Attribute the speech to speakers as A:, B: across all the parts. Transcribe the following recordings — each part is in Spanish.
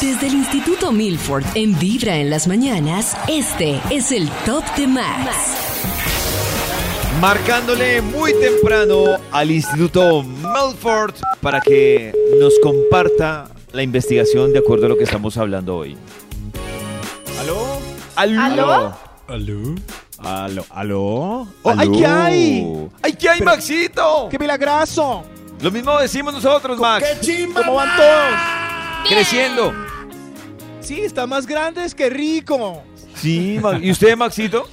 A: Desde el Instituto Milford en Vibra en las mañanas, este es el Top de Max.
B: Marcándole muy temprano al Instituto Melford para que nos comparta la investigación de acuerdo a lo que estamos hablando hoy.
C: ¿Aló?
B: ¿Aló?
D: ¿Aló?
C: ¿Aló?
B: ¿Aló?
C: ¿Aló?
B: Oh, ¡Ay,
C: ¿Aló?
B: qué hay! ¡Ay, qué hay, Maxito!
D: ¡Qué milagrazo!
B: Lo mismo decimos nosotros, Max.
C: ¡Qué chimba
D: ¿Cómo van todos?
B: Creciendo.
D: Sí, están más grandes que rico.
B: Sí, Max. ¿Y usted, Maxito?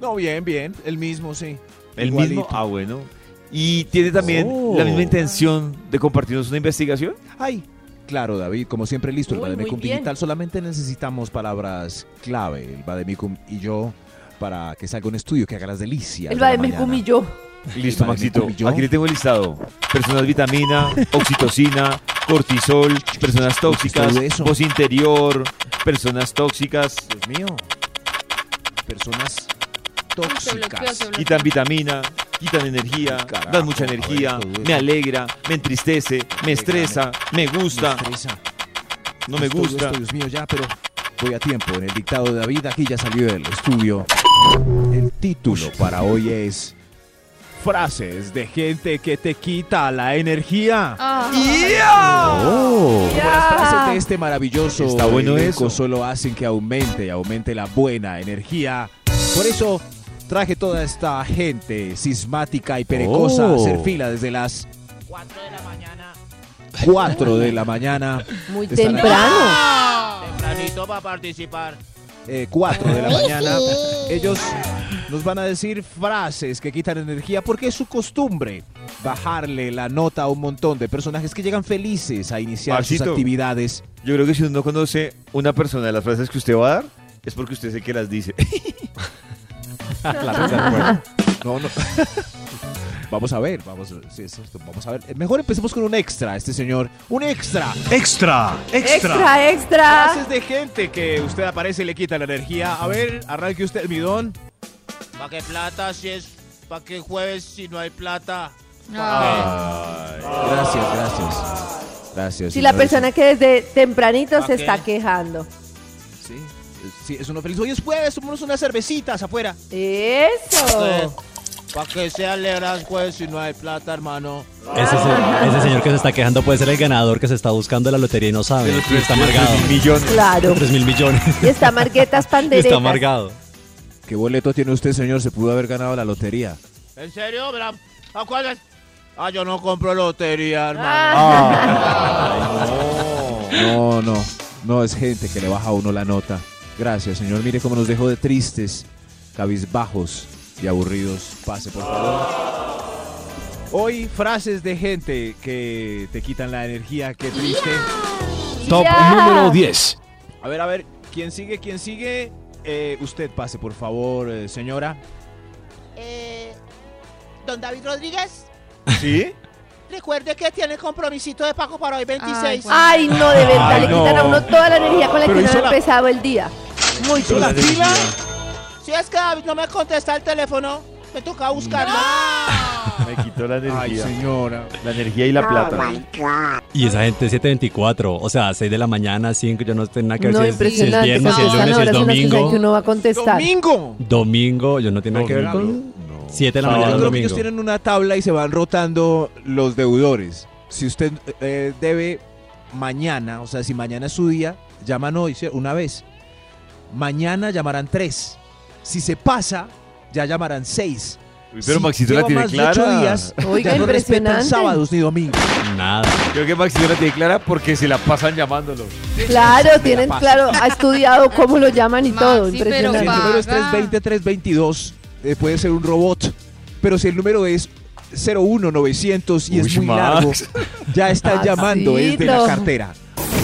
D: No, bien, bien. El mismo, sí.
B: El
D: Igualito.
B: mismo. Ah, bueno. ¿Y tiene también
C: Oh.
B: la misma intención de compartirnos una investigación?
D: Ay. Claro, David, como siempre listo, el
A: Uy,
D: Bademecum
A: muy bien.
D: Digital solamente necesitamos palabras clave, el Bademecum y yo, para que salga un estudio que haga las delicias.
E: El
D: de la
E: Bademecum
D: mañana.
E: y yo.
B: Listo,
D: Vale,
B: Maxito.
D: ¿y yo?
B: Aquí le tengo el listado. Personas vitamina, oxitocina, cortisol, personas tóxicas,
D: todo eso.
B: voz interior, personas tóxicas,
D: Dios mío. Personas
E: Se bloqueó, se
D: tóxicas.
E: bloqueó.
B: quitan vitamina, quitan energía,
D: Uy, carajo,
B: dan mucha
D: a ver,
B: energía,
D: todo eso.
B: me alegra, me entristece, me
D: Me
B: estresa, me gusta,
D: Me estresa.
B: no me
D: Estoy,
B: gusta.
D: estoy, Dios mío, ya, pero voy a tiempo. En el dictado de David, aquí ya salió el estudio. El título para hoy es Frases de gente que te quita la energía.
E: Ah.
B: Oh.
D: Las frases de este maravilloso
B: Está bueno
D: elenco
B: eso.
D: solo hacen que aumente y aumente la buena energía. Por eso traje toda esta gente sismática y perecosa a
B: Oh.
D: hacer fila desde las 4 de la mañana. 4 de la mañana.
E: Muy
D: Están ahí.
E: temprano.
F: Tempranito para participar.
D: eh, 4 de la mañana, ellos nos van a decir frases que quitan energía porque es su costumbre bajarle la nota a un montón de personajes que llegan felices a iniciar sus
B: Maxito.
D: actividades.
B: Yo creo que si uno no conoce una persona de las frases que usted va a dar, es porque usted sé que las dice.
D: No, no. vamos a ver, vamos, sí, es esto, vamos a ver. Eh, Mejor empecemos con un extra, este señor. Un extra.
C: ¡Extra! ¡Extra!
E: Extra, extra.
D: Frases de gente que usted aparece y le quita la energía. A ver, arranque usted el midón.
F: ¿Para qué plata si es? ¿Para qué jueves si no hay plata?
D: Gracias, gracias. Gracias.
E: Si la
D: señores.
E: persona que desde tempranito se
F: Ok.
E: está quejando.
D: Sí, eh, sí, es uno feliz. Hoy es jueves, tomémonos unas cervecitas afuera.
E: Eso.
F: ¿Para qué se alegras jueves si no hay plata, hermano?
G: Ese, se- ese señor que se está quejando puede ser el ganador que se está buscando la lotería y no sabe. Y está amargado.
B: Millones.
E: Claro.
G: 3 mil millones.
E: Y está Marguetas
G: Y
E: Panderetas.
G: está amargado.
D: ¿Qué boleto tiene usted, señor? Se pudo haber ganado la lotería.
F: ¿En serio? ¿Verdad? ¿A cuál es? Ah, yo no compro lotería, hermano.
E: Ah,
D: No, no. No es gente que le baja a uno la nota. Gracias, señor. Mire cómo nos dejó de tristes, cabizbajos y aburridos. Pase, por favor. Hoy, frases de gente que te quitan la energía. Qué triste.
C: Top
E: ya.
C: número 10.
D: A ver, a ver. ¿Quién sigue? ¿Quién sigue? Eh, usted pase, por favor, eh, señora.
H: Eh, don David Rodríguez,
B: ¿Sí?
H: recuerde que tiene compromisito de pago para hoy 26.
E: Ay, no, de verdad.
B: Ay,
E: le
B: no.
E: quitan a uno toda la energía con la
D: Pero
E: que uno
D: hizo
E: ha
D: la-
E: empezado el día. Muy
D: la
E: triste.
D: fila?
H: Si es que David no me contesta el teléfono, me toca buscarlo.
B: Me quitó la
D: Ay,
B: energía.
D: señora.
B: La energía y la plata.
G: Y esa gente 724. O sea, 6 de la mañana, 5. Ya no tiene nada que ver
E: No,
G: si, es, si es
E: impresionante.
G: viernes, si
E: porque
G: es
E: están
G: lunes, si es
E: ahora son las que saben que
G: domingo.
E: uno va a contestar.
D: ¡Domingo!
G: Domingo. Yo no tiene nada que ver con 7 de la
B: Ah,
D: Yo creo
G: mañana, un
D: que
G: domingo.
D: ellos tienen una tabla y se van rotando los deudores. Si usted eh, debe mañana, o sea, si mañana es su día, llaman hoy ¿sí? una vez. Mañana llamarán tres. Si se pasa, ya llamarán seis.
B: Uy, pero
D: Si
B: Maxito la
D: lleva
B: tiene
D: más de
B: clara.
D: ocho días,
E: Oiga,
D: ya no respetan
E: impresionante.
D: sábados ni domingos.
G: Nada.
B: Creo que Maxito la tiene clara porque se la pasan llamándolo.
E: Claro, tienen,
D: paso.
E: claro, ha estudiado cómo lo llaman y
I: Maxi,
E: todo.
I: pero
D: Si el
E: Impresionante.
I: va.
D: número es
I: Paga.
D: 320-322, eh, puede ser un robot. Pero si el número es 01900 y es
B: Uy,
D: muy
B: Max.
D: largo, ya están llamando desde la
E: Maxito.
D: cartera.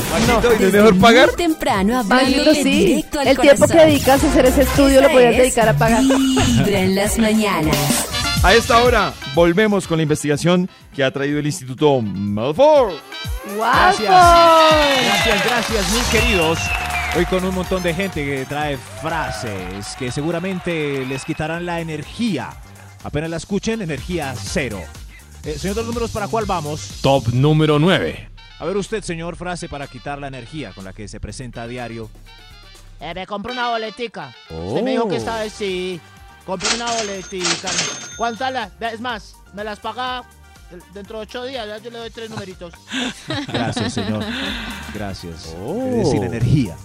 B: Maxito, ¿y este no es
A: Desde
B: mejor
A: muy
B: pagar?
A: temprano
E: Maxito,
A: hablándole
E: sí.
A: directo al
E: El tiempo que
A: corazón.
E: dedicas a hacer ese estudio
A: Esta
E: lo podías
A: es
E: dedicar a pagar.
A: Vibra en las mañanas.
B: A esta hora volvemos con la investigación que ha traído el Instituto Malfour.
E: ¡Guapo!
D: Gracias, gracias, mis queridos. Hoy con un montón de gente que trae frases que seguramente les quitarán la energía. Apenas la escuchen, energía cero. Eh, señor de los números, ¿para cuál vamos?
C: Top número 9.
D: A ver usted, señor, frase para quitar la energía con la que se presenta a diario.
H: Eh, me compré una boletica. Usted me
G: Oh.
H: dijo que esta vez sí. Compré una boletica. ¿Cuántas las? Es más, me las paga dentro de ocho días. ya Yo le doy tres numeritos.
G: Oh.
D: Gracias, señor. Gracias.
C: Oh.
D: Eh, Sin energía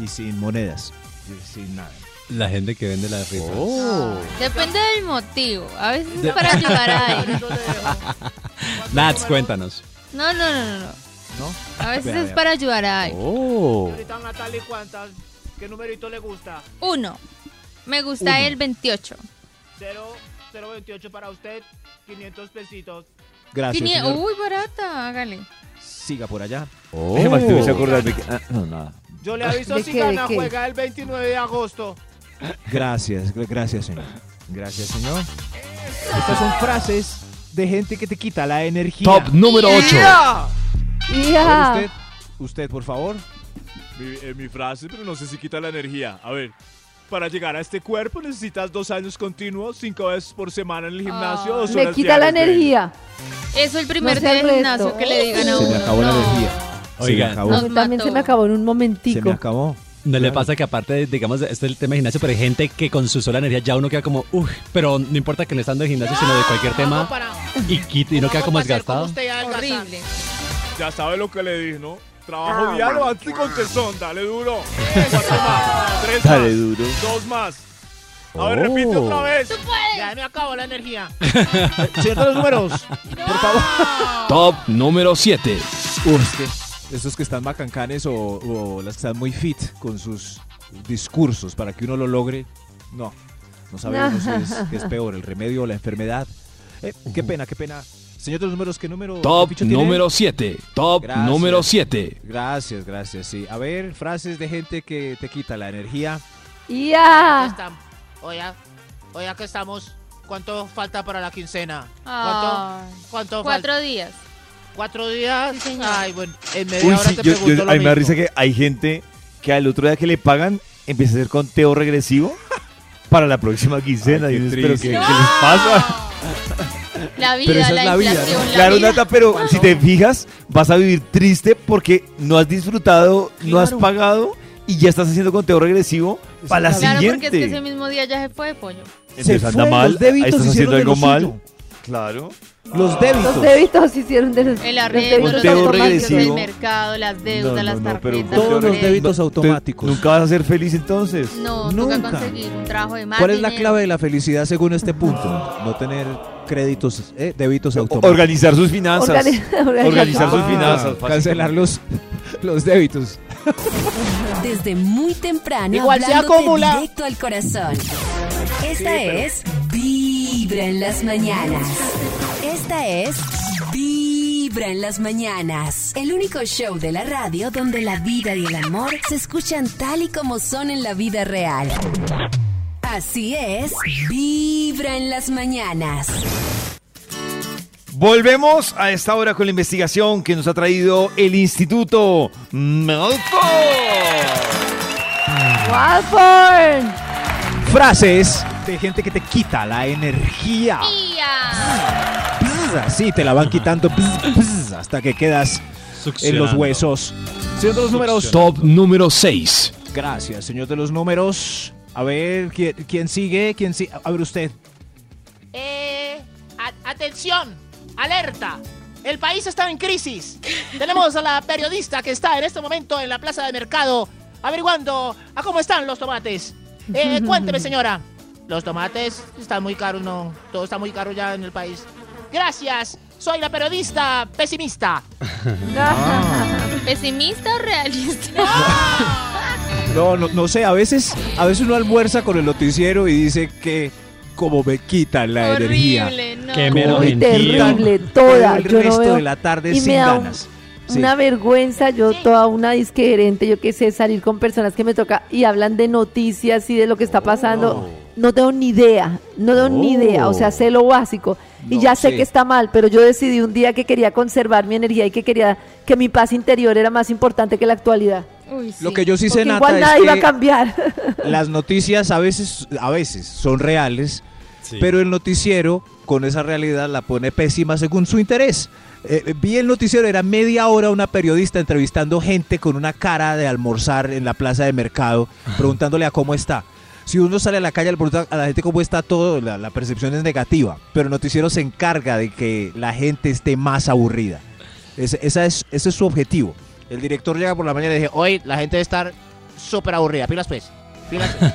D: y sin monedas. y sin nada.
G: La gente que vende las rifas.
C: Oh.
J: Depende del motivo. A veces es para ayudar a alguien.
G: Nats, cuéntanos.
J: No, no, no, no, no.
D: ¿No?
J: A veces
D: Vea,
J: es
D: vea.
J: para ayudar a alguien.
C: Oh.
H: Señorita Natalie, ¿cuántas? ¿Qué numerito le gusta?
J: Oh. Uno. Me gusta el 28.
H: 0, 028 para usted, 500 pesitos.
D: Gracias,
J: Quini-
D: Ah, señor.
J: Uy, barata, hágale.
D: Siga por allá.
B: Maxito,
C: Oh.
B: me hizo acordarme que- ah, no, nada.
H: Yo le aviso
E: Ah, ¿De
H: si
E: qué, de
H: gana,
E: qué?
H: juega el 29 de agosto.
D: Gracias, gr- gracias, señor. Gracias, señor. Estas son frases de gente que te quita la energía.
C: Top número 8.
D: A
E: ¡Ya!
D: ver, usted, usted, por favor.
F: Mi, eh, mi frase, pero no sé si quita la energía. A ver. Para llegar a este cuerpo necesitas dos años continuos, cinco veces por semana en el gimnasio.
J: Ah.
F: dos
E: Me
F: horas
E: quita la
F: diarias de-
E: energía.
J: Eso el primer
E: No sea
J: día del
E: reto.
J: gimnasio que le digan a
D: Se
J: uno.
D: me acabó la
J: no.
D: energía.
G: Oigan,
D: se me
J: Nos
D: acabó.
E: A mí también
J: mató.
E: se me acabó en un
D: Se me
E: momentico.
D: acabó.
G: ¿No le pasa que aparte, digamos, este es el tema de gimnasio, pero hay gente que con su sola energía ya uno queda como, uff, pero no importa que no estando de gimnasio, sino de cualquier tema, y, quit- y no queda como desgastado.
J: Horrible.
F: Ya sabe lo que le dije, ¿no? Trabajo diario antes con tesón, dale duro. Cuatro más, tres
B: Dale
F: más,
B: duro.
F: dos más. A ver, repite otra vez.
H: Ya me acabó la energía.
D: Señor de los números. Por favor.
C: Top número 7.
D: Uy, es que estos que están macancanes o, o las que están muy fit con sus discursos para que uno lo logre, no. No sabemos si es, qué es peor, el remedio o la enfermedad. Eh, qué pena, qué pena. Señor de los números, ¿qué número?
C: Top
D: qué ficha tiene?
C: número 7. Top
D: Gracias.
C: número 7.
D: Gracias, gracias, sí. A ver, frases de gente que te quita la energía.
J: Ah.
H: Ya
E: ¡Ya!
H: estamos. Oiga, oiga que estamos. ¿Cuánto falta para la quincena?
J: Ay.
H: ¿Cuánto? ¿Cuánto falta?
J: Ah. Cuatro días.
H: ¿Cuatro días?
J: Sí, señor.
H: Ay, bueno, en media
B: Uy,
H: hora
B: sí,
H: te
B: yo, yo-
H: pregunto lo
B: a mí me da
H: mismo.
B: risa que hay gente que al otro día que le pagan empieza a hacer conteo regresivo para la próxima quincena.
D: Ay,
B: y
D: qué
B: dices, pero
D: triste.
B: ¿qué, qué les pasa?
J: La
B: Pero
J: vida,
B: esa
J: la,
B: es la vida.
J: inflación,
B: ¿no?
J: la
B: Claro,
J: vida.
B: Nata, pero si te fijas, vas a vivir triste porque no has disfrutado, no has pagado y ya estás haciendo conteo regresivo para la
J: Claro, porque
B: siguiente.
J: es que ese mismo día ya se fue de pollo.
B: Entonces
D: Se
B: anda
D: fue,
B: mal,
D: los débitos
B: ahí estás
D: hicieron
B: haciendo
D: de
B: algo
D: lo
B: mal.
D: suyo.
B: Claro.
D: Los débitos.
E: Los débitos hicieron de los,
J: El
E: los
J: arreglo, los
E: débitos
B: Conteo
J: automáticos del
B: regresivo.
E: automáticos.
J: mercado, las deudas,
B: No, no,
J: las
B: no, pero
J: tarjetas.
B: conteo
J: los
D: Todos los
J: créditos.
D: débitos
B: Te-
D: automáticos.
B: Nunca vas a ser feliz entonces.
J: No, nunca
D: Nunca.
J: conseguir un trabajo de más
D: ¿Cuál es la
J: dinero.
D: clave de la felicidad según este punto? No tener créditos, eh, débitos automáticos.
B: Organizar sus finanzas. Organizar sus
D: Ah,
B: finanzas.
D: Cancelar los, los débitos.
A: Desde muy temprano
H: Igual se
A: hablándote
H: acumula.
A: directo al corazón. Esta es Vibra en las mañanas. Esta es Vibra en las mañanas. El único show de la radio donde la vida y el amor se escuchan tal y como son en la vida real. Así es, Vibra en las mañanas.
B: Volvemos a esta hora con la investigación que nos ha traído el Instituto Malfoy.
E: ¡Watford!
D: Frases de gente que te quita la energía.
J: Tía.
D: Pss, Así te la van quitando pss, pss, hasta que quedas en los huesos. Señor de los números.
C: Top número 6.
D: Gracias, señor de los números. A ver, ¿quién, quién sigue? ¿Quién sigue? A ver usted.
H: Eh, a- atención, alerta. El país está en crisis. Tenemos a la periodista que está en este momento en la plaza de mercado averiguando a cómo están los tomates. Eh, cuénteme, señora. Los tomates están muy caros, no. Todo está muy caro ya en el país. Gracias. Soy la periodista pesimista.
J: ¿Pesimista o realista?
D: No, no, no sé, a veces, a veces uno almuerza con el noticiero y dice que como me quitan la energía.
J: Horrible, no.
G: Qué
D: Como
G: mero
D: me
E: Muy
G: gentío.
D: quitan
E: terrible toda.
D: El
E: Yo no
D: resto
E: veo.
D: de la tarde
E: y
D: sin
E: me da un-
D: ganas. Sí.
E: Una vergüenza, yo
H: Sí.
E: toda una disquerente, yo qué sé, salir con personas que me toca y hablan de noticias y de lo que está pasando. No tengo ni idea, no tengo ni idea, o sea, sé lo básico. y
D: No,
E: ya sé
D: sí.
E: que está mal, pero yo decidí un día que quería conservar mi energía y que quería que mi paz interior era más importante que la actualidad.
J: Uy, sí.
D: Lo que yo sí sé,
E: Porque
D: Nata,
E: igual
D: es
E: nada iba a
D: que
E: cambiar.
D: las noticias a veces, a veces son reales,
G: Sí.
D: pero el noticiero con esa realidad la pone pésima según su interés. Eh, vi el noticiero, era media hora una periodista entrevistando gente con una cara de almorzar en la plaza de mercado, preguntándole a cómo está. Si uno sale a la calle le pregunta a la gente cómo está todo, la, la percepción es negativa, pero el noticiero se encarga de que la gente esté más aburrida. Ese, esa es, ese es su objetivo.
H: El director llega por la mañana y dice, hoy la gente debe estar súper aburrida. Pilas pues. Pilas pues.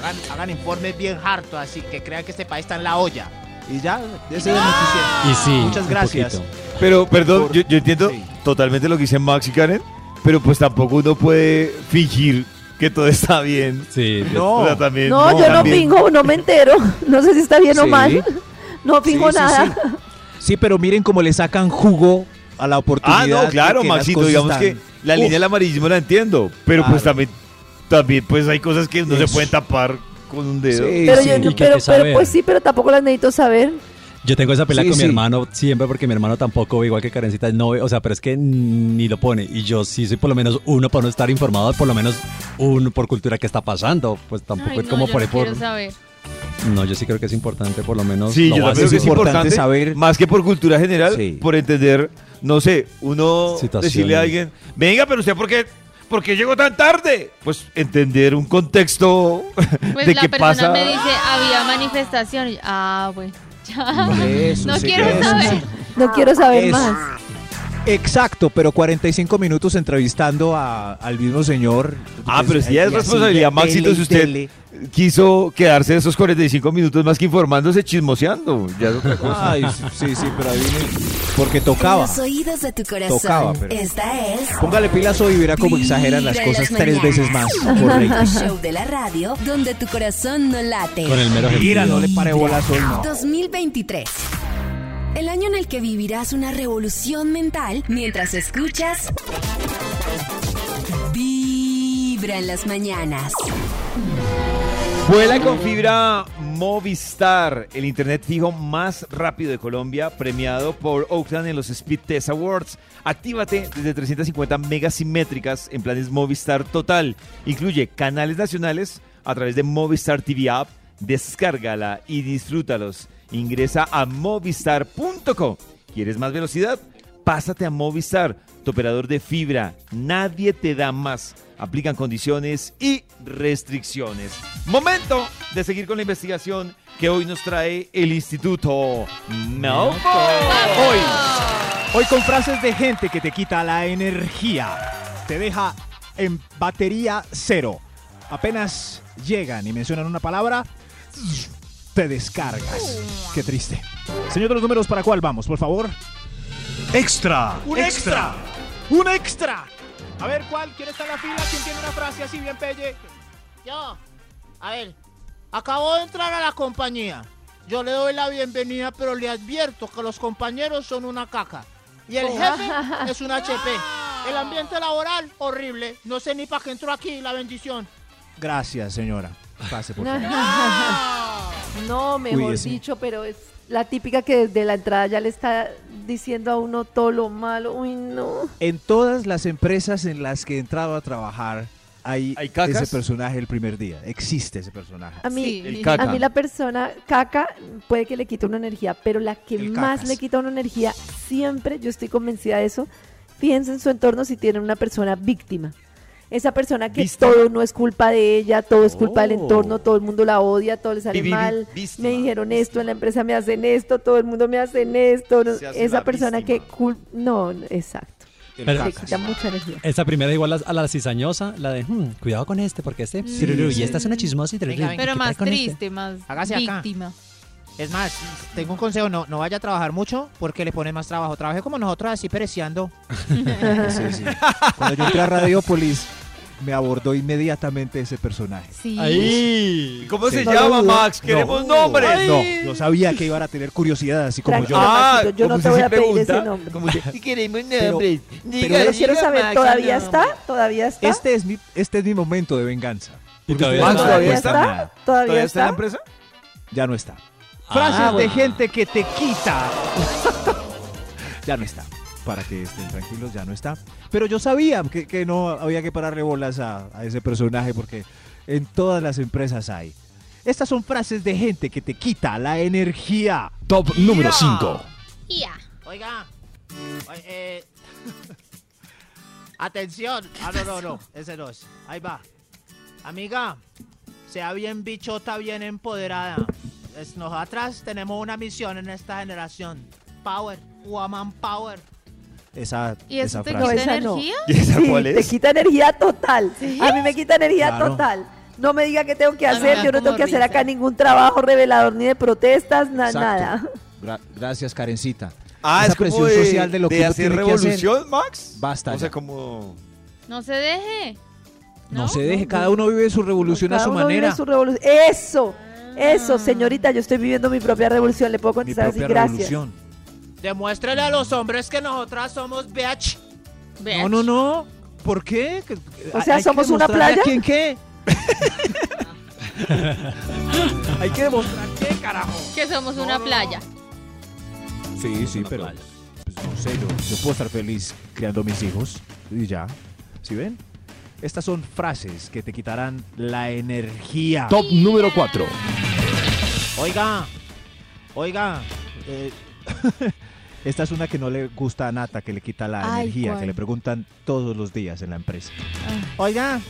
H: hagan, hagan informes bien harto, así que crean que este país está en la olla.
D: Y ya, ese es el noticiero.
G: Y sí.
D: Muchas
G: un
D: gracias.
G: poquito.
B: Pero, perdón, yo, yo entiendo
D: sí.
B: totalmente lo que dicen Max y Karen, pero pues tampoco uno puede fingir que todo está bien.
G: Sí.
B: O sea, también,
E: No, yo no
B: también.
E: pingo, no me entero. No sé si está bien o
D: Eh, Sí.
E: mal. No
D: Sí,
E: pingo
D: sí,
E: nada.
D: Sí. Sí, pero miren cómo le sacan jugo a la oportunidad.
B: Ah, no, claro,
D: de que las
B: Maxito,
D: cosas
B: digamos que
D: están-
B: la
D: Uf,
B: línea del amarillismo la entiendo, pero pues
D: Claro.
B: también, también pues hay cosas que no se
D: Eso.
B: pueden tapar con un dedo.
D: Sí,
E: Pero
D: sí.
E: yo
G: y
E: no-
G: que
E: pero,
G: te
E: pero
G: saber.
E: pues sí, pero tampoco las necesito saber.
G: Yo tengo esa pelea
D: Sí,
G: con
D: sí.
G: mi hermano siempre porque mi hermano tampoco ve igual que Karencita no ve, o sea, pero es que ni lo pone y yo sí soy por lo menos uno para no estar informado, por lo menos uno por cultura que está pasando, pues tampoco
J: Ay,
G: es
J: no,
G: como
J: yo
G: por
J: no
G: por
J: quiero saber.
G: No, yo sí creo que es importante por lo menos
B: Sí,
G: lo
B: yo también creo
G: básico.
B: que es
D: importante
B: importante
D: saber-
B: saber. Más que por cultura general,
D: Sí.
B: por entender, no sé, uno
G: Situaciones.
B: decirle a alguien, venga, pero usted, ¿por qué, por qué llegó tan tarde? Pues entender un contexto
J: Pues
B: de
J: la
B: qué
J: persona
B: pasa.
J: me dice, había manifestación. Y yo, Ah, bueno. Ya.
D: Eso,
J: No
D: sí,
J: quiero
D: eso,
J: saber.
D: sí.
E: No
G: Ah,
E: quiero saber
D: Eso.
E: más.
D: Exacto, pero 45 minutos entrevistando a- al mismo señor.
B: Ah,
D: Pues,
B: pero si
D: y
B: ya es
D: así,
B: responsabilidad,
D: de
B: Maxito,
D: tele,
B: si usted
D: tele.
B: quiso quedarse esos 45 minutos más que informándose, chismoseando. Ya es otra cosa.
D: Ay, sí, sí, pero adivine. Porque tocaba.
A: los oídos de tu corazón.
D: Tocaba, pero-
A: Esta es.
D: Póngale pilas hoy y verá cómo exageran las
A: Vibra en
D: cosas
A: las
D: tres
A: mañanas.
D: veces más.
A: El
D: Correcto.
A: único show de la radio donde tu corazón no late.
G: Con el mero
D: Mira,
G: sentido.
D: no le pare bolas hoy, no.
A: 2023. El año en el que vivirás una revolución mental mientras escuchas. Vibra en las mañanas.
B: Vuela con fibra Movistar, el internet fijo más rápido de Colombia, premiado por Oakland en los Speed Test Awards. Actívate desde 350 megas simétricas en planes Movistar Total. Incluye canales nacionales a través de Movistar TV App. Descárgala y disfrútalos. Ingresa a movistar.com. ¿Quieres más velocidad? Pásate a Movistar, tu operador de fibra. Nadie te da más. Aplican condiciones y restricciones. Momento de seguir con la investigación que hoy nos trae el Instituto Melford.
D: Hoy,
J: Ah,
D: hoy con frases de gente que te quita la energía, te deja en batería cero. Apenas llegan y mencionan una palabra, te descargas. Qué triste. Señor de los números, ¿para cuál vamos, por favor?
F: ¡Extra!
H: ¡Un extra! ¡Un extra! A ver, ¿cuál? ¿Quién está en la fila? ¿Quién tiene una frase así bien pelle? Yo. A ver, acabo de entrar a la compañía. Yo le doy la bienvenida, pero le advierto que los compañeros son una caca. Y el jefe es un HP. El ambiente laboral, horrible. No sé ni para qué entró aquí, la bendición.
D: Gracias, señora. Pase, por favor.
E: No, mejor
D: ese.
E: dicho, pero es la típica que desde la entrada ya le está diciendo a uno todo lo malo. Uy, no.
D: En todas las empresas en las que he entrado a trabajar, hay,
B: ¿Hay cacas?
D: ese personaje el primer día. Existe ese personaje.
E: A mí,
J: Sí.
B: El
J: sí.
B: caca.
E: a mí la persona caca puede que le quite una energía, pero la que
D: El
E: más
D: cacas.
E: le quita una energía siempre, yo estoy convencida de eso, fíjense en su entorno si tienen una persona víctima. Esa persona que
B: Víctima.
E: todo no es culpa de ella, todo es culpa del
B: Oh.
E: entorno, todo el mundo la odia, todo le sale
B: Vi- vi- vi-
E: mal.
B: víctima.
E: Me dijeron esto, en la empresa me hacen esto, todo el mundo me hacen esto. no-
B: Se hace
E: esa
B: la
E: persona
B: víctima.
E: que cul- no, no, exacto.
D: El
G: Pero-
E: Le
D: cacas.
E: quita mucha energía.
G: Esta primera es igual a, a la cizañosa, la de "Hmm, cuidado con este porque
J: Mm,
G: este tururú, y esta es una chismosa y tururú,
H: Venga, venga.
G: ¿qué tal
J: Pero más
G: con este?".
J: triste, más
H: Hágase acá.
J: víctima.
H: Es más, tengo un consejo, no, no vaya a trabajar mucho porque le pone más trabajo. Trabaje como nosotros así pereciando.
D: Sí, sí. Cuando yo entré a Radiopolis, me abordó inmediatamente ese personaje.
J: Sí.
G: Ahí.
B: ¿Cómo
D: Sí.
B: se
D: No
B: llama,
D: lo dudo.
B: Max?
D: No.
B: Queremos nombres.
D: No, yo sabía que iban a tener curiosidad, así como
E: Tranquilo,
D: yo.
B: Ah,
E: Maxito, yo no
B: como
E: te
B: usted
E: voy a
B: sí
E: pedir ese
B: pregunta,
E: nombre.
B: como usted, "Sí queremos
D: Pero-
B: nombres. Diga,
D: pero-
E: Pero quiero
B: diga,
E: saber,
B: Max,
E: ¿todavía
B: no.
E: está? ¿Todavía está?
D: Este es mi, este es mi momento de venganza.
G: Y todavía
D: Ustedes
B: Max,
G: no-
D: no
B: ¿todavía
D: me
B: está?
D: cuentan nada.
E: ¿Todavía
B: en la
E: está?
B: empresa?
D: Ya no está.
G: Ah,
D: Frases de
G: bueno.
D: gente que te quita. ya no está. Para que estén tranquilos, ya no está. Pero yo sabía que, que no había que pararle bolas a, a ese personaje porque en todas las empresas hay. Estas son frases de gente que te quita la energía.
C: Top número 5.
J: Ya.
H: Oiga. oye, eh, Atención. Ah, no, no, no. Ese no es. Ahí va. Amiga, sea bien bichota, bien empoderada. Es- nosotras tenemos una misión en esta generación. Power. Woman Power.
D: Esa,
J: ¿Y eso
D: esa
J: te
D: frase.
J: quita
E: esa no.
J: energía?
B: ¿Y esa
E: Sí,
B: cuál
E: te
B: es?
E: quita energía total. A mí me quita energía
D: Claro.
E: total. No me diga qué tengo que
J: Ah, No, no,
E: hacer,
J: no,
E: yo no
J: como
E: tengo que hacer
J: risa.
E: acá ningún trabajo revelador ni de protestas, na-
D: Exacto.
E: nada.
D: Gra- gracias, Karencita.
B: Ah,
D: esa
B: es como
D: presión
B: de,
D: social de lo
B: de
D: que uno
B: hacer
D: tiene que hacer.
B: revolución, Max.
D: Basta
B: O sea,
D: ya.
B: como...
J: No se deje.
D: No,
J: ¿No?
D: se deje, cada uno vive su revolución
E: Cada
D: a su
E: uno vive
D: manera.
E: su revolución. Eso, eso, señorita, yo estoy viviendo mi propia revolución. Le puedo
D: Mi
E: contestar así,
D: propia
E: gracias.
D: revolución.
H: Demuéstrele a los hombres que nosotras somos bitch.
J: Vea.
D: No, no, no. ¿Por qué? Que-
E: O
D: hay-
E: sea,
D: hay que
E: ¿somos una
D: demostrarle
E: playa?
D: ¿A quién qué? hay que demostrar qué, carajo.
J: Que somos una playa.
D: Sí, sí, pero pues, no sé, yo, yo puedo estar feliz criando a mis hijos y ya. ¿Sí ven? Estas son frases que te quitarán la energía.
C: Top número 4.
H: Oiga. Oiga.
D: Eh, Esta es una que no le gusta a Nata, que le quita la
J: Ay,
D: energía, que
J: ¿cuál?
D: le preguntan todos los días en la empresa.
H: Oiga.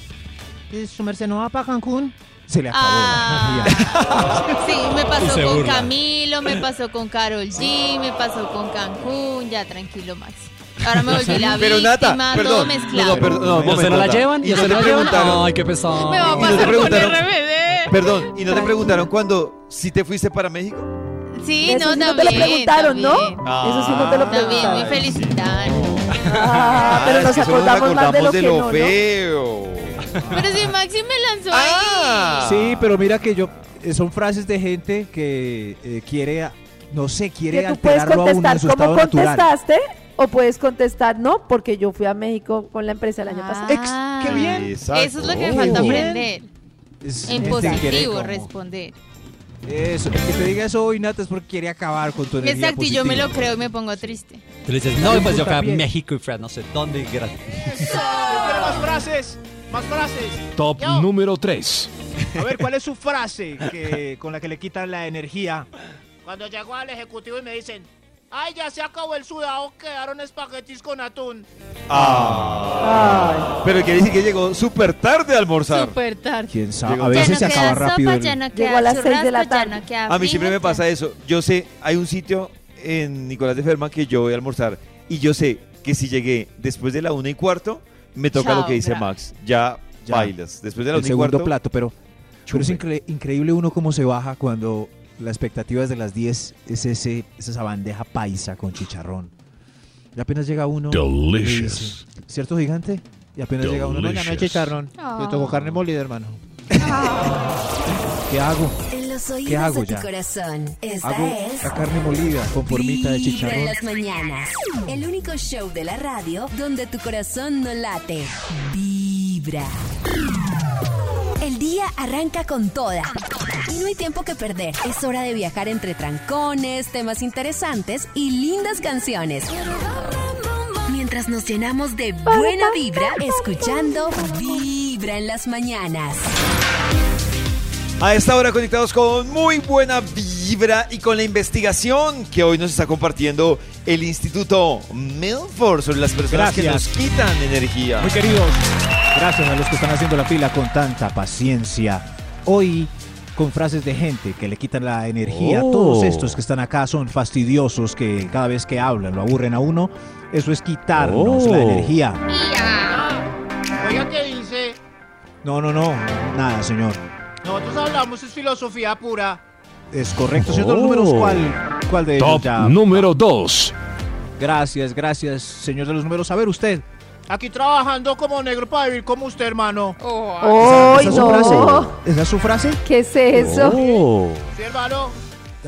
H: ¿y ¿Su merced no va para Cancún?
D: Se le acabó la
J: Ah.
D: energía.
J: Sí, me
G: Y
J: pasó
G: se
J: con
G: burla.
J: Camilo, me pasó con Carol G, me pasó con Cancún. Ya, tranquilo, Max. Ahora me volví la
B: Pero
J: víctima,
B: Nata,
J: todo
B: perdón.
J: mezclado.
B: No, no, perdón, no, un
G: ¿Y a usted
B: momento,
G: no la
B: Nata.
G: llevan?
B: Y
G: ¿Y a
B: no
G: usted
B: te
G: la llevan?
B: preguntaron.
G: Ay, qué pesado.
J: me va a
B: Y no te
J: pasar con
B: preguntaron.
J: RBD.
B: Perdón, ¿y no te preguntaron cuándo si te fuiste para México?
J: Sí,
E: Eso
J: no,
E: sí
J: también.
E: no te lo preguntaron, ¿no?
J: también.
E: Eso sí no te lo
J: También
E: preguntaron.
J: me felicitaron.
E: Ah, pero
B: es
E: nos
B: que solo
E: acordamos más de lo
B: acordamos
E: que
B: de lo
E: no, ¿no?
B: feo.
J: Pero si Maxi me lanzó
B: Ah.
D: Sí, pero mira que yo eh, son frases de gente que eh, quiere, a- no sé, quiere
E: Que tú puedes
D: alterarlo a uno en
E: contestar
D: su
E: cómo
D: estado natural.
E: contestaste o puedes contestar no, porque yo fui a México con la empresa el año pasado.
J: Ah.
D: Ex, qué bien.
B: Exacto.
J: Eso es lo que me
D: Oh.
J: falta
D: Bien.
J: aprender.
D: Es
J: En
D: gente que quiere
J: positivo
D: como-
J: responder.
D: Eso, el que te diga eso hoy, Nata, es porque quiere acabar con tu energía
J: Exacto, y yo me
D: positiva.
J: lo creo y me pongo triste.
G: Tú le dices, no, pues yo acá
D: También.
G: México y Fred, no sé dónde. y gra-
H: Espera, más frases. Más frases.
C: Top
H: Yo.
C: número 3.
F: A ver, ¿cuál es su frase que, con la que le quitan la energía?
H: Cuando llego al ejecutivo y me dicen, ay, ya se acabó el sudado, quedaron espaguetis con atún.
E: Ay,
B: Pero quiere decir que llegó súper tarde a almorzar.
J: Súper tarde.
D: Quién sabe,
B: Llegó
D: a
B: tarde.
D: veces se
J: ya no
D: acaba
J: queda
D: rápido.
J: sopa,
D: el-
J: ya no
E: Llegó
J: queda
E: a las seis de
J: churrasco,
E: la
J: ya
E: tarde.
J: no queda
B: A mí siempre me
J: frijol,
B: pasa eso. Yo sé, hay un sitio en Nicolás de Ferma que yo voy a almorzar y yo sé que si llegué después de la una y cuarto, me toca
J: Chao,
B: lo que dice
J: gra-
B: Max. Ya,
D: Ya.
B: bailas. Después de la
D: el
B: una y
D: segundo
B: cuarto,
D: plato, pero, pero es
B: chupe.
D: incre- increíble uno cómo se baja cuando la expectativa es de las 10, es, ese, es esa bandeja paisa con chicharrón. Y apenas llega uno. y
C: Delicious.
D: dice, ¿Cierto, gigante? Y apenas llega uno. No, no, no hay
C: Delicious.
D: chicharrón.
J: Ah.
D: Yo tengo carne molida, hermano. ¿Qué hago?
A: En los
D: ¿Qué
A: oídos
D: hago
A: de tu
D: ya?
A: corazón, esta
D: Hago
A: es...
D: la carne molida con formita de
A: Vibra en
D: chicharrón.
A: las mañanas. El único show de la radio donde tu corazón no late. Vibra. El día arranca con toda. Y no hay tiempo que perder. Es hora de viajar entre trancones, temas interesantes y lindas canciones. Mientras nos llenamos de buena vibra, escuchando Vibra en las mañanas.
B: A esta hora conectados con muy buena vibra y con la investigación que hoy nos está compartiendo el Instituto Milford sobre las personas
D: Gracias.
B: que nos quitan energía.
D: Muy queridos, gracias a los que están haciendo la fila con tanta paciencia. Hoy, con frases de gente que le quitan la energía.
B: Oh.
D: Todos estos que están acá son fastidiosos, que cada vez que hablan lo aburren a uno. Eso es quitarnos
B: Oh.
D: la energía.
H: Oiga, ¿qué dice?
D: No, no, no, nada, señor.
H: Nosotros hablamos, es filosofía pura.
D: Es correcto, señor.
B: Oh.
D: Los números, ¿cuál, cuál de ellos
C: Top
D: ya?
C: número 2.
D: Gracias, gracias, señor de los números. A ver, usted,
H: Aquí trabajando como negro para vivir como usted, hermano.
J: Ah, Oh,
D: Oh.
E: ¡Ay,
D: es su frase?
E: no!
D: ¿Esa es su frase?
E: ¿Qué es eso?
D: Oh.
H: Sí, hermano.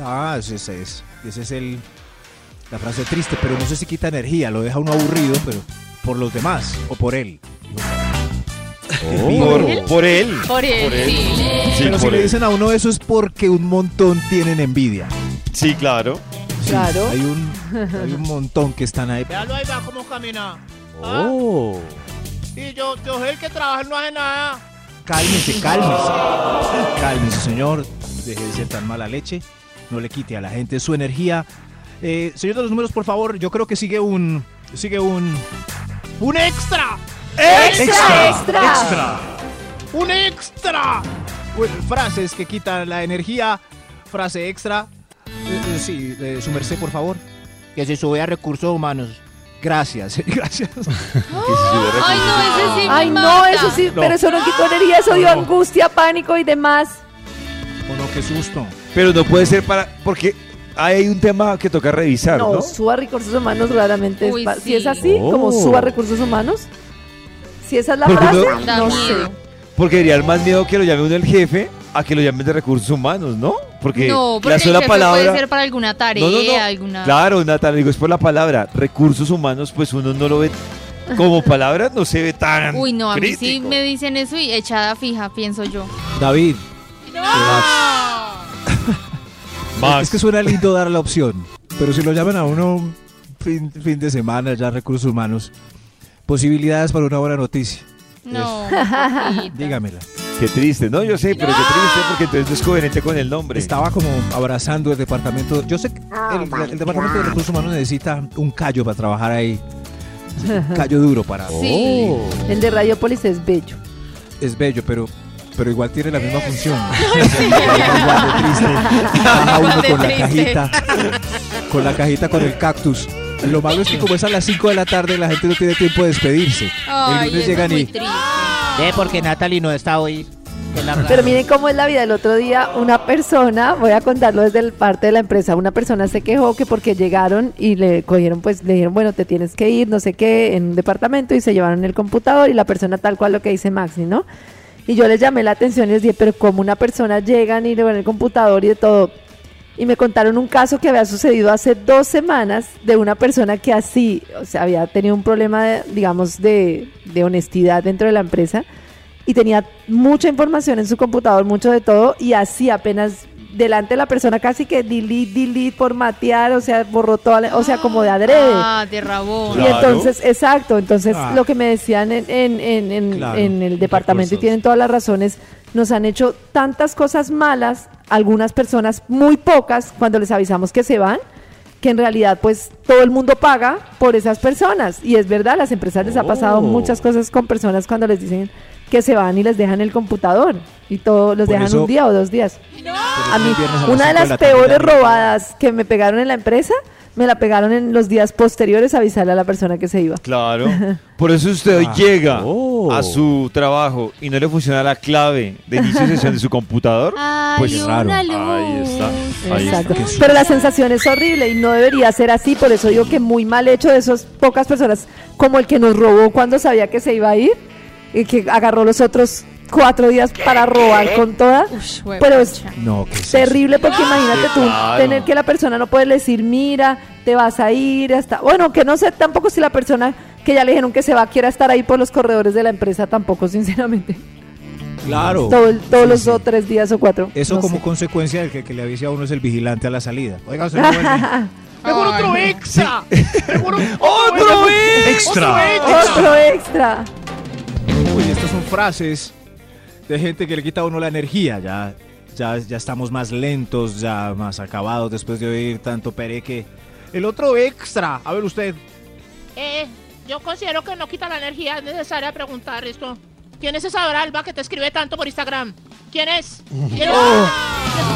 D: Ah, ese ese es. Ese es el, la frase triste, pero no sé si quita energía, lo deja uno aburrido, pero por los demás o por él.
B: Por, por él.
J: Por él, sí.
D: pero si le dicen a uno eso es porque un montón tienen envidia.
B: Sí, claro.
D: Sí,
E: Claro.
D: Hay un, hay un montón que están ahí.
H: Véalo ahí, va cómo camina. ¿Ah?
D: Oh.
H: Y yo, yo soy el que trabaja, no hace nada.
D: Cálmese, cálmese. Cálmese, señor. Deje de ser tan mala leche. No le quite a la gente su energía. Eh, señor de los números, por favor, yo creo que sigue un. Sigue un.
H: ¡Un extra!
E: ¡Extra, extra!
H: ¡Un extra!
D: Bueno, Pues, frases que quitan la energía. Frase extra. Eh, eh, sí, eh, su merced, por favor.
H: Que se sube a recursos humanos.
D: Gracias, gracias.
J: Ay, no, ese sí. me
E: Ay, no,
J: mata.
E: eso sí, pero eso no quitó energía, eso dio angustia, pánico y demás.
D: Oh, no, qué susto.
B: Pero no puede ser para. Porque hay un tema que toca revisar, ¿no?
E: No, suba recursos humanos raramente. es
J: Uy,
E: pa-
J: sí.
E: Si es así,
B: Oh.
E: como suba recursos humanos, si esa es la
B: Pero
E: frase,
B: no-
J: Da
E: no
J: miedo.
E: sé.
B: Porque diría el más miedo que lo llame uno el jefe a que lo llamen de recursos humanos, ¿no?
D: Eh,
B: Porque,
J: No, porque
B: la sola
J: el jefe
B: palabra.
J: puede ser para alguna tarea,
B: No, no, no.
J: alguna.
B: Claro, Natalia, digo, es por la palabra. Recursos humanos, pues uno no lo ve como palabra, no se ve tan.
J: Uy, no, a mí sí
B: crítico.
J: me dicen eso y echada fija, pienso yo.
D: David,
B: Max.
D: es que suena lindo dar la opción, pero si lo llaman a uno fin, fin de semana, ya recursos humanos, posibilidades para una buena noticia,
J: No. poquita.
D: dígamela.
B: Qué triste, ¿no? Yo sé, pero qué triste porque entonces no es coherente con el nombre.
D: Estaba como abrazando el departamento. Yo sé que
J: Ah,
D: el, el departamento de recursos humanos necesita un callo para trabajar ahí. Un callo duro para. Oh.
J: Sí.
E: El de Radiopolis es bello.
D: Es bello, pero. Pero igual tiene la
J: Eh.
D: misma función. Igual de triste. Baja uno con la cajita. Con la cajita con el cactus. Lo malo es que como es a las 5 de la tarde, la gente no tiene tiempo de despedirse.
E: Oh,
J: Ay,
D: el lunes
J: eso es
D: llegan
J: muy
D: y.
J: triste.
H: De porque Natalie no está hoy.
E: Pero miren cómo es la vida. El otro día una persona, voy a contarlo desde el parte de la empresa, una persona se quejó que porque llegaron y le cogieron, pues le dijeron, bueno, te tienes que ir, no sé qué, en un departamento y se llevaron el computador y la persona tal cual lo que dice Maxi, ¿no? Y yo les llamé la atención y les dije, pero como una persona llegan y le ven el computador y de todo. Y me contaron un caso que había sucedido hace dos semanas de una persona que así, o sea, había tenido un problema, de, digamos, de, de honestidad dentro de la empresa y tenía mucha información en su computador, mucho de todo, y así apenas delante de la persona casi que delete, delete, formatear, o sea, borró toda, la- o sea, como de adrede.
J: Ah, de rabón.
E: Y entonces, exacto, entonces
D: Ah.
E: lo que me decían en, en- en- en-
D: Claro,
E: en el departamento, y
D: recursos.
E: tienen todas las razones, nos han hecho tantas cosas malas, algunas personas, muy pocas, cuando les avisamos que se van, que en realidad pues todo el mundo paga por esas personas. Y es verdad, las empresas les ha
D: Oh.
E: pasado muchas cosas con personas cuando les dicen que se van y les dejan el computador y todo, los
D: Por
E: dejan
D: eso-
E: un día o dos días. A mí,
D: el viernes a las
E: una de
D: cinco de
E: las
D: la tarde
E: peores
D: también.
E: robadas que me pegaron en la empresa, me la pegaron en los días posteriores a avisarle a la persona que se iba.
B: Claro. Por eso usted hoy llega
D: Oh.
B: a su trabajo y no le funciona la clave de inicio de sesión de su computador.
J: Ay,
B: Pues
J: una
D: raro.
J: luz.
B: Ahí está. Ahí
E: Exacto.
D: Qué susto.
E: Pero la sensación es horrible y no debería ser así, por eso digo que muy mal hecho de esas pocas personas, como el que nos robó cuando sabía que se iba a ir y que agarró los otros cuatro días para robar con toda.
J: Ush, huevo,
E: Pero es
J: cha.
D: No, que
E: terrible porque imagínate tú
B: claro.
E: tener que la persona no puede decir, mira, te vas a ir, hasta... Bueno, que no sé tampoco si la persona que ya le dijeron que se va quiera estar ahí por los corredores de la empresa, tampoco, sinceramente.
D: Claro.
E: Todo el-
D: Oh,
E: todos
D: Sí,
E: los
D: sí.
E: dos, tres días o cuatro.
D: Eso
E: no
D: como
E: sé.
D: consecuencia del que, que le avise a uno es el vigilante a la salida. Oiga, usted no vuelve.
H: ¡Seguro otro extra! ¡Seguro
B: ¡Otro
E: Oh,
H: extra! ¡Otro extra!
E: Otro extra.
D: Uy, estas son frases de gente que le quita a uno la energía. Ya, ya, ya estamos más lentos, ya más acabados después de oír tanto pereque. El otro extra. A ver usted.
H: Eh, yo considero que no quita la energía, es necesaria preguntar esto. ¿Quién es esa Doralba que te escribe tanto por Instagram? ¿Quién es? ¿Quién es?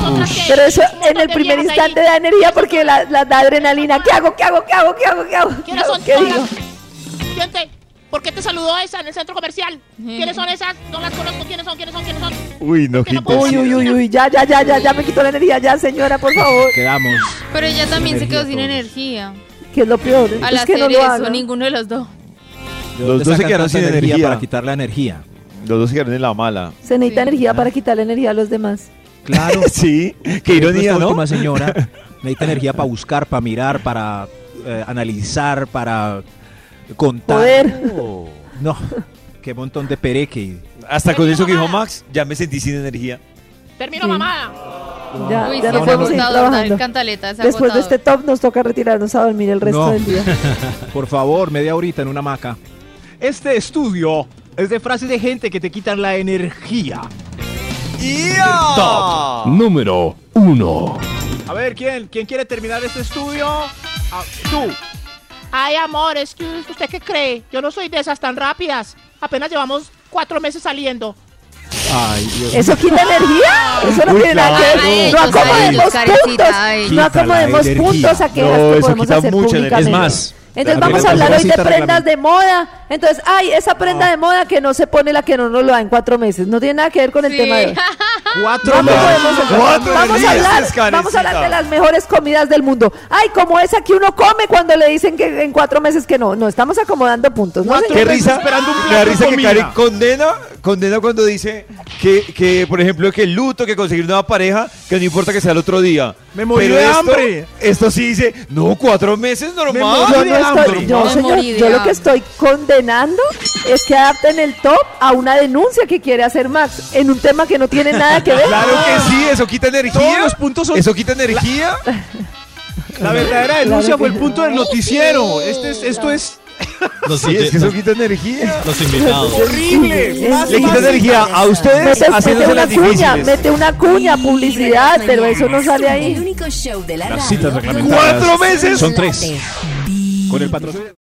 E: Oh.
H: Esas otras que-
E: Pero eso
H: un montón
E: en el
H: de
E: primer
H: viejas ahí.
E: instante da energía porque la, la da adrenalina. ¿Qué hago? ¿Qué hago? ¿Qué hago? ¿Qué hago? ¿Qué hago? ¿Qué,
H: ¿Quiénes son
E: digo?
H: todas? ¿Quién te- ¿Por qué te saludó esa en el centro comercial? ¿Quiénes son esas? No las conozco. ¿Quiénes son? ¿Quiénes son? ¿Quiénes son?
B: Uy, no, qué
H: Uy,
B: intensidad.
E: Uy, uy, uy, uy. Ya, ya, ya, ya, ya me quitó la energía. Ya, señora, por favor.
D: Quedamos.
J: Pero ella también se quedó sin
D: energía
J: energía.
E: Que es lo peor.
J: A
E: es
J: la
E: que no
J: serie
E: lo
J: eso,
E: hagan.
J: ninguno de los dos.
D: ¿De
B: Los
D: dónde
B: dos se
D: sacan
B: quedaron
D: tanta
B: sin energía.
D: para quitar la energía.
B: Los dos se quedaron en la mala.
E: Se necesita
J: Sí.
E: energía para quitar la energía a los demás.
D: Claro.
B: Sí, qué ironía,
D: Esta
B: ¿no?
D: última señora necesita energía para buscar, para mirar, para eh, analizar, para contar.
E: Poder.
D: No, qué montón de pereque.
B: Hasta con eso que dijo Max, ya me sentí sin energía.
H: Termino
E: Sí.
H: mamada.
E: Ya,
J: Uy, sí,
E: Ah, ya
J: es
E: no podemos seguir
J: agotador dar
E: trabajando.
J: cantaleta, es
E: Después de
J: agotador.
E: este top nos toca retirarnos a dormir el resto
D: No.
E: del día.
D: Por favor, media horita en una hamaca.
F: Este estudio es de frases de gente que te quitan la energía.
B: Top.
C: Número 1.
F: A ver, ¿quién, quién quiere terminar este estudio? Ah, tú.
H: Ay, amor, es que usted qué cree. Yo no soy de esas tan rápidas. Apenas llevamos cuatro meses saliendo.
D: Ay, Dios
E: ¿Eso quita energía? Eso no
B: Uy,
E: tiene nada que
J: claro.
E: ver. No
J: Ay,
E: acomodemos
J: carecita,
E: puntos.
J: ay.
E: No
D: Quita
E: acomodemos
D: la energía.
E: puntos a quejas
B: No,
E: que
B: eso
E: podemos
B: quita
E: hacer
B: mucha energía.
E: públicamente.
B: Es
D: más,
E: Entonces
D: la
E: vamos a
D: regla
E: hablar
D: de
E: hoy de
D: cita
E: prendas de moda. Entonces, ay, esa prenda
B: Ah.
E: de moda que no se pone la que no nos lo da en cuatro meses. No tiene nada que ver con el
J: Sí.
E: tema de hoy.
B: Cuatro
E: No lo
B: meses.
E: podemos hacer.
B: Cuatro
E: vamos a
B: meses,
E: hablar,
B: carecita.
E: vamos a hablar de las mejores comidas del mundo. Ay, como esa que uno come cuando le dicen que en cuatro meses que no. No, estamos acomodando puntos. ¿no,
B: Qué
E: señor?
B: risa.
F: esperando un
B: Me
F: plato
B: da
F: de
B: risa que
F: comida.
B: Karen condena, condena cuando dice que, que, por ejemplo, que el luto, que conseguir nueva pareja, que no importa que sea el otro día.
F: Me morí
B: Pero
F: de
B: esto-
F: hambre.
B: Esto sí dice, no, cuatro meses
F: Me morí
B: normal.
E: Yo
F: de
E: no estoy,
F: hambre.
E: yo,
J: Me
E: señor,
J: morí de
E: yo lo que
J: hambre.
E: estoy condenando es que adapten el top a una denuncia que quiere hacer Max en un tema que no tiene nada que ver.
B: Claro que sí, eso quita
F: Ah.
B: energía.
F: Todos los puntos son-
B: Eso quita energía.
F: La verdadera denuncia fue el punto del noticiero.
J: Sí.
F: Este es, esto es
G: Los,
B: Sí, es
G: oye-
B: que eso quita energía.
G: los- los invitados.
F: horrible.
E: Es-
F: Más
B: Le quita
F: fácil.
B: energía a ustedes
E: Mete, mete
B: haciéndose
E: una
B: las
E: cuña,
B: difíciles.
E: mete una cuña, publicidad, pero eso no sale
A: El
E: ahí.
A: único show de la
D: Las
A: radio
D: citas
A: donde
D: reglamentadas
A: no
B: ¡Cuatro meses!
A: se
D: son tres.
A: late.
D: Con el patrocinio.